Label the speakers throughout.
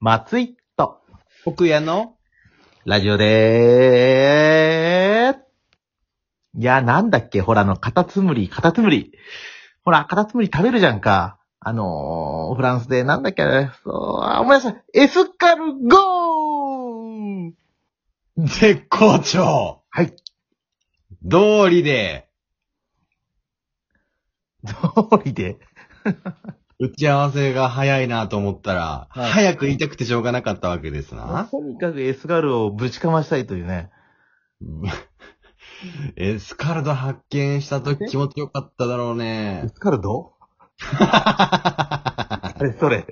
Speaker 1: 松井と、
Speaker 2: 奥屋の
Speaker 1: ラジオでーす。いや、なんだっけ、ほら、あの、カタツムリ、カタツムリ。ほら、カタツムリ食べるじゃんか。あのー、フランスで、なんだっけ、そう、あ、思い出した。エスカルゴー
Speaker 2: 絶好調
Speaker 1: はい。
Speaker 2: 道理で、
Speaker 1: 通りで。
Speaker 2: 打ち合わせが早いなと思ったら、
Speaker 1: はい
Speaker 2: 早く言いたくてしょうがなかったわけですな。
Speaker 1: とにかくエスカルをぶちかましたいというね。
Speaker 2: エスカルド発見したとき気持ちよかっただろうね
Speaker 1: エ。スカルドあれ、それ。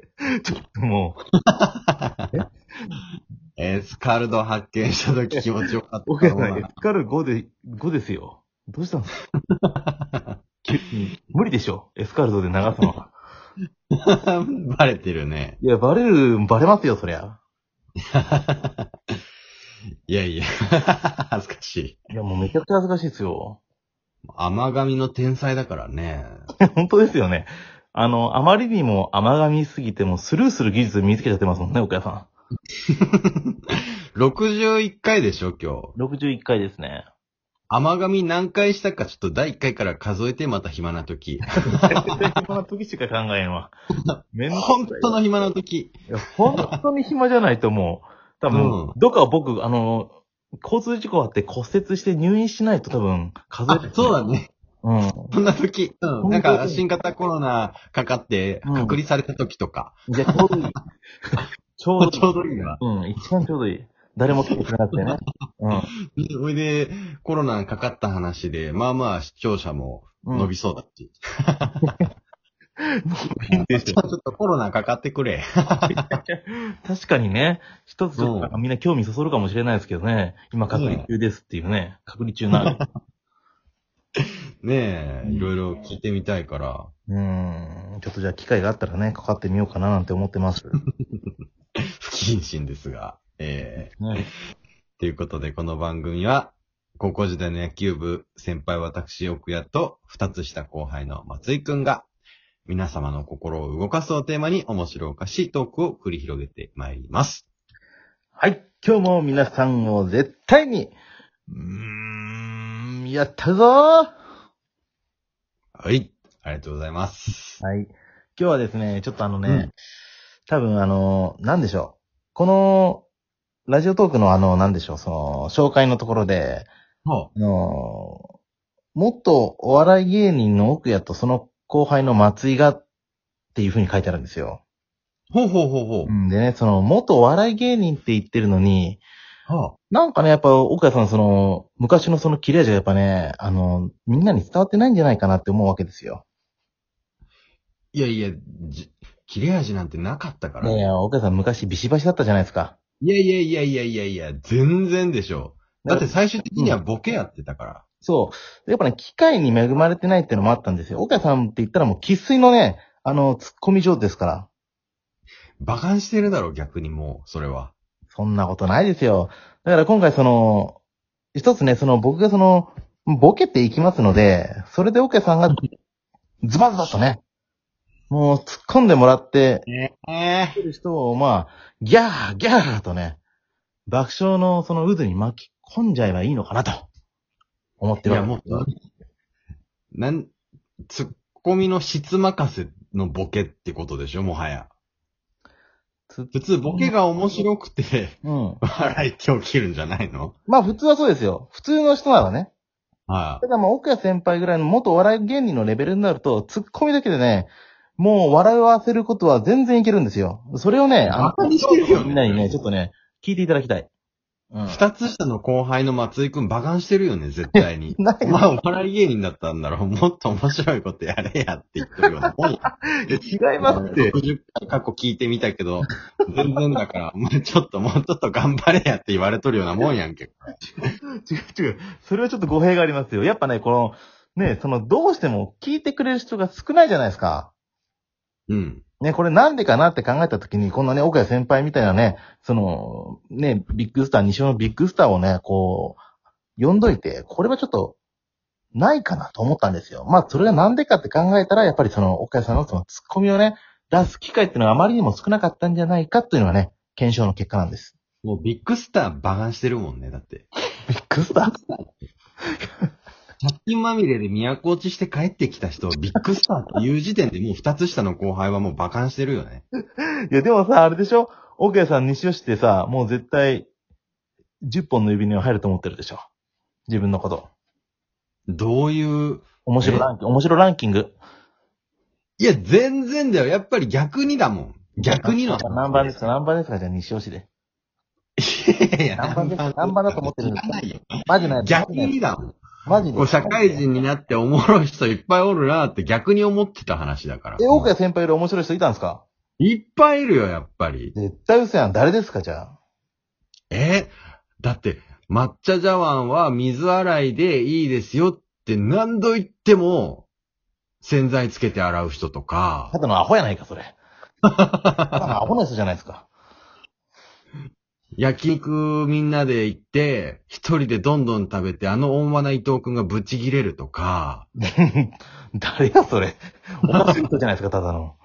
Speaker 1: ちょっともう、
Speaker 2: エスカルド発見したとき気持ちよかった
Speaker 1: 奥
Speaker 2: だ
Speaker 1: 屋さ
Speaker 2: ろ
Speaker 1: ん、
Speaker 2: う
Speaker 1: エ
Speaker 2: な。
Speaker 1: スカルゴで、5ですよ。どうしたんですか 急に無理でしょエスカルドで流すのは。
Speaker 2: バレてるね。
Speaker 1: いや、バレる、バレますよ、そりゃ。
Speaker 2: いや いや、恥ずかしい。
Speaker 1: いや、もうめちゃくちゃ恥ずかしいですよ。
Speaker 2: 甘神の天才だからね。
Speaker 1: 本当ですよね。あの、あまりにも甘噛みすぎて、もうスルーする技術見つけちゃってますもんね、岡谷さ
Speaker 2: 61回でしょ、今
Speaker 1: ん。
Speaker 2: 日。
Speaker 1: 61回です ね。
Speaker 2: 甘神何回したかちょっと第1回から数えてまた暇な時。
Speaker 1: 暇な時しか考えんわ。めんどくさい
Speaker 2: 本当の暇な時。
Speaker 1: いや本当に暇じゃないと思う。多分、
Speaker 2: うん
Speaker 1: どっか僕、あの、交通事故あって骨折して入院しないと多分、数え
Speaker 2: あ
Speaker 1: て、
Speaker 2: そう だね。
Speaker 1: うん。
Speaker 2: そんな時。うん。なんか新型コロナかかって
Speaker 1: うん
Speaker 2: 隔離された時とか。
Speaker 1: じゃあ、ちょうどいい。 ちょう
Speaker 2: ち
Speaker 1: ど
Speaker 2: ょ
Speaker 1: いう
Speaker 2: どいいわ。
Speaker 1: い。うん、一番ちょうどいい。誰も来てくれなくてね。
Speaker 2: それで、コロナかかった話で、まあまあ視聴者も
Speaker 1: うん。
Speaker 2: 伸びそう だって。
Speaker 1: うんでし
Speaker 2: ち
Speaker 1: ょ
Speaker 2: ょっとコロナかかってくれ。
Speaker 1: 確かにね、一つちょっとなんか
Speaker 2: う
Speaker 1: みんな興味そそるかもしれないですけどね、今隔離中ですっていうね、隔離中な る。
Speaker 2: ねえ、いろいろ聞いてみたいから。
Speaker 1: うーん、ちょっとじゃあ機会があったらね、かかってみようかななんて思ってます。
Speaker 2: 不謹慎ですが。ええ
Speaker 1: ね
Speaker 2: ということで、この番組は、高校時代の野球部、先輩私、奥谷と、二つ下後輩の松井くんが、皆様の心を動かすをテーマに面白おかしいトークを繰り広げてまいります。
Speaker 1: はい、今日も皆さんを絶対に、うーん、やったぞー
Speaker 2: はい。ありがとうございます。
Speaker 1: はい。今日はですね、ちょっとあのね、
Speaker 2: うん
Speaker 1: 多分あの、なんでしょう。この、ラジオトークのあの、なんでしょう、その、紹介のところで、
Speaker 2: そ
Speaker 1: あのー、もっとお笑い芸人の奥やとその後輩の松井がっていう風に書いてあるんですよ。
Speaker 2: う。ほうほうほうほう。
Speaker 1: うん、でね、その、元お笑い芸人って言ってるのに、
Speaker 2: はあ
Speaker 1: なんかね、やっぱ奥谷さんその、昔のその切れ味がやっぱね、あの、みんなに伝わってないんじゃないかなって思うわけですよ。
Speaker 2: いやいや、じ切れ味なんてなかったから、
Speaker 1: いやいや、奥谷さん昔ビシバシだったじゃないですか。
Speaker 2: いやいやいやいやいやいや、全然でしょう。だって最終的にはボケやってたから。
Speaker 1: そう。やっぱね、機会に恵まれてないってのもあったんですよ。岡谷さんって言ったらもう喫水のね、あの、突っ込み上手ですから。
Speaker 2: 馬鹿にしてるだろ、逆にもう、それは。
Speaker 1: そんなことないですよ。だから今回その、一つね、その僕がその、ボケていきますので、それでオケさんが、ズバズバっとね、もう突っ込んでもらって、
Speaker 2: ええ
Speaker 1: 来る人をまあ、ギャー、ギャーとね、爆笑のその渦に巻き込んじゃえばいいのかなと、思って
Speaker 2: い
Speaker 1: る
Speaker 2: や、
Speaker 1: わけ
Speaker 2: も
Speaker 1: ですよ
Speaker 2: う、なん、ツッコミの質任せのボケってことでしょ、もはや。
Speaker 1: つ
Speaker 2: 普通、ボケが面白くて、
Speaker 1: うん。
Speaker 2: 笑いって起きるんじゃないの
Speaker 1: まあ普通はそうですよ。普通の人ならね。
Speaker 2: は
Speaker 1: ただまあ、奥谷先輩ぐらいの元お笑い芸人のレベルになると、ツッコミだけでね、もう笑わせることは全然いけるんですよ。それをね、あ
Speaker 2: バカにしてるよね
Speaker 1: みんなにね、ちょっとね、聞いていただきたい。うん。
Speaker 2: い。。二つ下の後輩の松井くん、馬鹿にしてるよね、絶対に
Speaker 1: ない
Speaker 2: お前、お笑い芸人だったんだろもっと面白いことやれやって言ってるようなもん。
Speaker 1: 違いますって。
Speaker 2: 60回過去聞いてみたけど、全然だから、お前ちょっともうちょっと頑張れやって言われとるようなもんやんけ。
Speaker 1: 違う違う。それはちょっと語弊がありますよ。やっぱね、この、ね、その、どうしても聞いてくれる人が少ないじゃないですか。
Speaker 2: うん。
Speaker 1: ね、これなんでかなって考えたときに、こんなね、岡谷先輩みたいなね、その、ね、ビッグスター、西尾のビッグスターをね、こう、呼んどいて、これはちょっと、ないかなと思ったんですよ。まあ、それがなんでかって考えたら、やっぱりその、岡谷さんのそのツッコミをね、出す機会っていうのはあまりにも少なかったんじゃないかっていうのがね、検証の結果なんです。
Speaker 2: もうビッグスターバカンしてるもんね、だって。
Speaker 1: ビッグスター
Speaker 2: 借金まみれで都落ちして帰ってきた人をビッグスターという時点でもう二つ下の後輩はもうバカンしてるよ ね。
Speaker 1: いや、でもさ、あれでしょオーケーさん西吉ってさ、もう絶対、10本の指には入ると思ってるでしょ自分のこと。
Speaker 2: どういう、
Speaker 1: 面白ランキング、面白ランキング。
Speaker 2: いや、全然だよ。やっぱり逆にだもん。逆にの。
Speaker 1: 何番ですか何番ですかじゃあ西吉で。
Speaker 2: いやいや、
Speaker 1: 何番ですか何番だと思ってるんです
Speaker 2: 知らないよ。
Speaker 1: かマジなやつ。
Speaker 2: 逆にだもん。
Speaker 1: マジで。
Speaker 2: こう社会人になっておもろい人いっぱいおるなって逆に思ってた話だから。
Speaker 1: え、オーケー先輩より面白い人いたんですか
Speaker 2: いっぱいいるよ、やっぱり。
Speaker 1: 絶対嘘やん。誰ですかじゃあ。
Speaker 2: えだって、抹茶茶碗は水洗いでいいですよって何度言っても、洗剤つけて洗う人とか
Speaker 1: た、だのアホやないか、それ。ただのアホな人じゃないですか。
Speaker 2: 焼肉みんなで行って、一人でどんどん食べて、あの大間な伊藤くんがぶち切れるとか、
Speaker 1: 誰や、それ。おかしい人じゃないですか、ただの。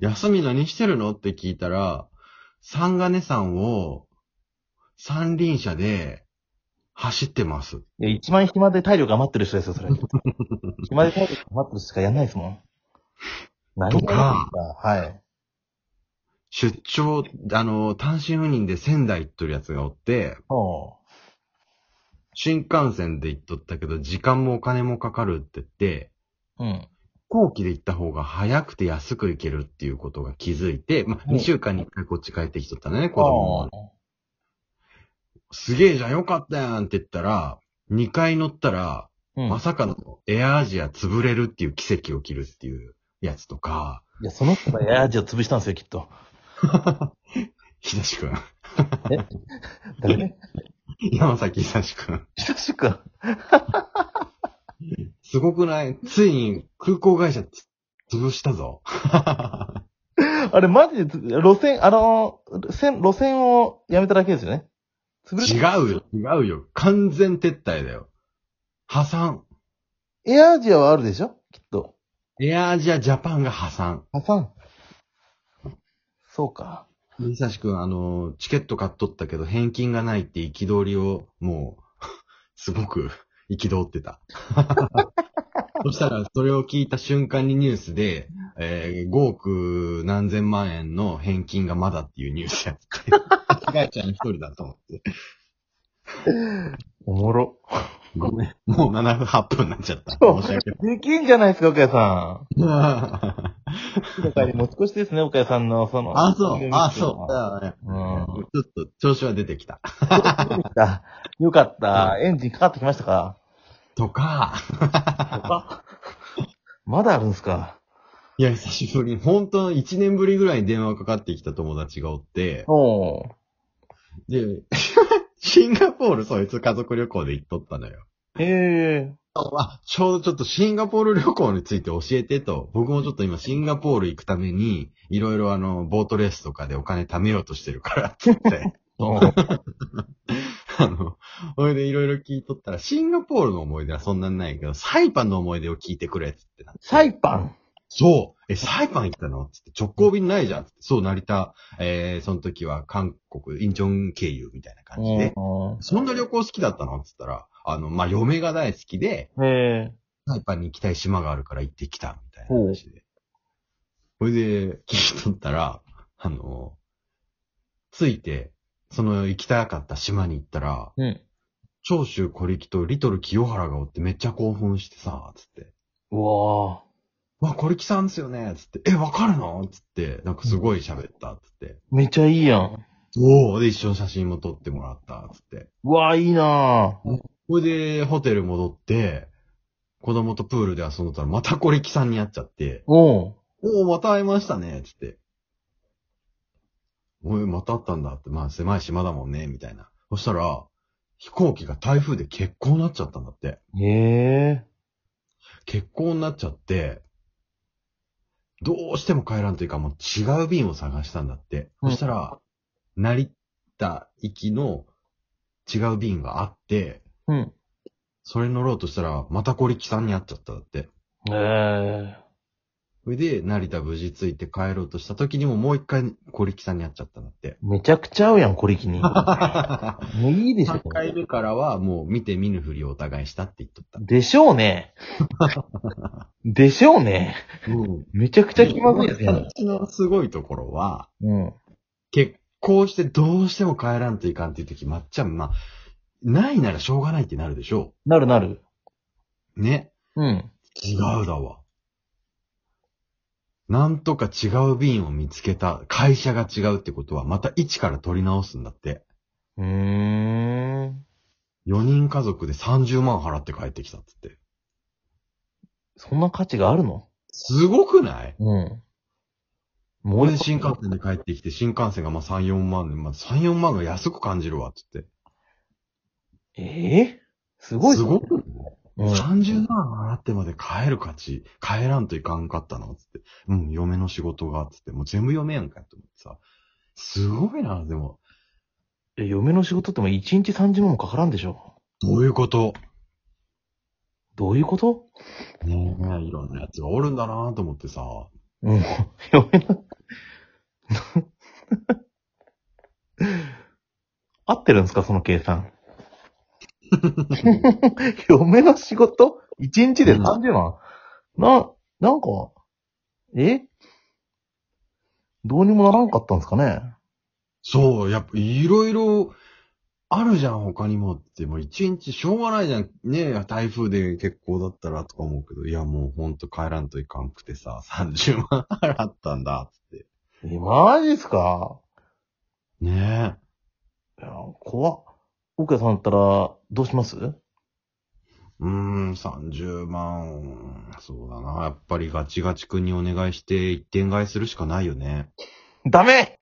Speaker 2: 休み何してるのって聞いたら、三金山を三輪車で走ってます。
Speaker 1: いや、一番暇で体力余ってる人ですよ、それ。暇で体力余ってる人しかやんないですもん。何がいいんですはい。
Speaker 2: 出張、あの、単身赴任で仙台行っとるやつがおって、
Speaker 1: も
Speaker 2: 新幹線で行っとったけど、時間もお金もかかるって言って、
Speaker 1: う。うん。
Speaker 2: 飛行機で行った方が早くて安く行けるっていうことが気づいて、まあ、
Speaker 1: うん
Speaker 2: 2週間に1回こっち帰ってきとったね、子供が。すげえじゃんよかったやんって言ったら、2回乗ったら、
Speaker 1: うん。
Speaker 2: まさかのエアアジア潰れるっていう奇跡を切るっていうやつとか、
Speaker 1: いや、その人がエアアジア潰したんですよ、きっと。
Speaker 2: ひだしくん、
Speaker 1: 誰ね。
Speaker 2: 山崎ひだしくん。
Speaker 1: 久しくん。
Speaker 2: すごくないついに空港会社つ潰したぞ。
Speaker 1: あれ、マジでつ、路線、あのー、線、路線をやめただけですよね。潰れ
Speaker 2: 違
Speaker 1: た
Speaker 2: うよ、違うよ。完全撤退だよ。破産。
Speaker 1: エアアジアはあるでしょきっと。
Speaker 2: エアアジアジャパンが破産。
Speaker 1: 破産。そうか。
Speaker 2: みさしくん、あの、チケット買っとったけど、返金がないって憤りを、もう、 すごく、憤ってた。 そしたら、それを聞いた瞬間にニュースで、えー5億何千万円の返金がまだっていうニュースやって、被害者の一人だと思って。
Speaker 1: おもろ。
Speaker 2: ごめん。もう7分、8分になっちゃった。申し 訳
Speaker 1: できんじゃないですか、岡谷さ
Speaker 2: ない。
Speaker 1: ん。今回に持ち越しですね、岡谷さんの、その。
Speaker 2: あ、そう、あ、そう。
Speaker 1: う
Speaker 2: うんちょっと調子は出てきた。
Speaker 1: ん。あ、よかった。エンジンかかってきましたか
Speaker 2: とか、
Speaker 1: あまだあるんすか
Speaker 2: いや、久しぶりに、本当1年ぶりぐらいに電話かかってきた友達がおって、
Speaker 1: おう
Speaker 2: で、 シンガポールそいつ家族旅行で行っとったのよ。
Speaker 1: へえ。
Speaker 2: あ、ちょうどちょっとシンガポール旅行について教えてと、僕もちょっと今シンガポール行くために、いろいろあの、ボートレースとかでお金貯めようとしてるからって言って。
Speaker 1: おう
Speaker 2: あの、それでいろいろ聞いとったら、シンガポールの思い出はそんなんないけど、サイパンの思い出を聞いてくれっつってな。
Speaker 1: サイパン。
Speaker 2: そうえ、サイパン行ったのつって直行便ないじゃんつってそう、成田、えー、その時は韓国、インチョン経由みたいな感じで。
Speaker 1: う
Speaker 2: そんな旅行好きだったのつったら、あの、まあ、嫁が大好きで、
Speaker 1: んへえ。
Speaker 2: サイパンに行きたい島があるから行ってきた、みたいな話で。それで、聞いとったら、あの、着いて、その行きたかった島に行ったら、
Speaker 1: うん。
Speaker 2: 長州小力とリトル清原がおってめっちゃ興奮してさ、つって。
Speaker 1: うわ
Speaker 2: わ、小力さんですよね、つって。え、わかるのつって、なんかすごい喋った、つって。
Speaker 1: ぁ。めちゃいいやん。
Speaker 2: おーで、一緒の写真も撮ってもらった、つって。
Speaker 1: うわぁ、いいなぁ。
Speaker 2: これで、ホテル戻って、子供とプールで遊んでたら、また小力さんに会っちゃって、
Speaker 1: おう
Speaker 2: おーまた会いましたね、つって。おい、また会ったんだって、まあ、狭い島だもんね、みたいな。そしたら、飛行機が台風で欠航になっちゃったんだって。
Speaker 1: へえ。
Speaker 2: 結婚になっちゃって、どうしても帰らんというか、もう違う便を探したんだって。
Speaker 1: うん
Speaker 2: そしたら、成田行きの違う便があって、
Speaker 1: うん。
Speaker 2: それに乗ろうとしたら、また小力さんに会っちゃったんだって。
Speaker 1: へえ。
Speaker 2: それで、成田無事着いて帰ろうとした時にももう一回小力さんに会っちゃったんだって。
Speaker 1: めちゃくちゃ合うやん、小力 に。もういいでしょ
Speaker 2: 3。回目からはもう見て見ぬふりをお互いしたって言っとった。
Speaker 1: でしょう ね。でしょうね。
Speaker 2: うん。
Speaker 1: めちゃくちゃ気まずいやつやん。
Speaker 2: のすごいところは、
Speaker 1: うん。
Speaker 2: 結婚してどうしても帰らんといかんっていう時、まっちゃん、まあ、ないならしょうがないってなるでしょ
Speaker 1: なるなる。
Speaker 2: う。ね。
Speaker 1: うん。
Speaker 2: 違うだわ。なんとか違う便を見つけた、会社が違うってことは、また一から取り直すんだって。
Speaker 1: うーん。
Speaker 2: 4人家族で30万払って帰ってきたっつって。
Speaker 1: そんな価値があるの
Speaker 2: すごくない
Speaker 1: うん。も
Speaker 2: 俺新幹線で帰ってきて、新幹線がまあ3、4万で、まあ3、4万が安く感じるわ、つって。
Speaker 1: ええすごい。
Speaker 2: すご
Speaker 1: い。
Speaker 2: くない
Speaker 1: うん。
Speaker 2: 30万払ってまで帰る価値、帰らんといかんかったのつって。うん、嫁の仕事が、つって。もう全部嫁やんか、と思ってさ。すごいな、でも。
Speaker 1: え嫁の仕事っても1日30万もかからんでしょ。
Speaker 2: どういうこと
Speaker 1: どういうこと
Speaker 2: ねえ、いろんなやつがおるんだなと思ってさ。
Speaker 1: うん。嫁の。 合ってるんですかその計算。 嫁の仕事 ?1 日で30万、な、なんか、えどうにもならんかったんですかね
Speaker 2: そう、やっぱ、いろいろ、あるじゃん、他にもって。もう一日しょうがないじゃん。ねえ、台風で結構だったらとか思うけど、いや、もうほんと帰らんといかんくてさ、30万払ったんだ、つって。
Speaker 1: え、マジっすか
Speaker 2: ね
Speaker 1: い
Speaker 2: え。
Speaker 1: や、怖っ。奥谷さんだったら、どうします
Speaker 2: うーん、30万、そうだな。やっぱりガチガチ君にお願いして一点買いするしかないよね。
Speaker 1: ダメ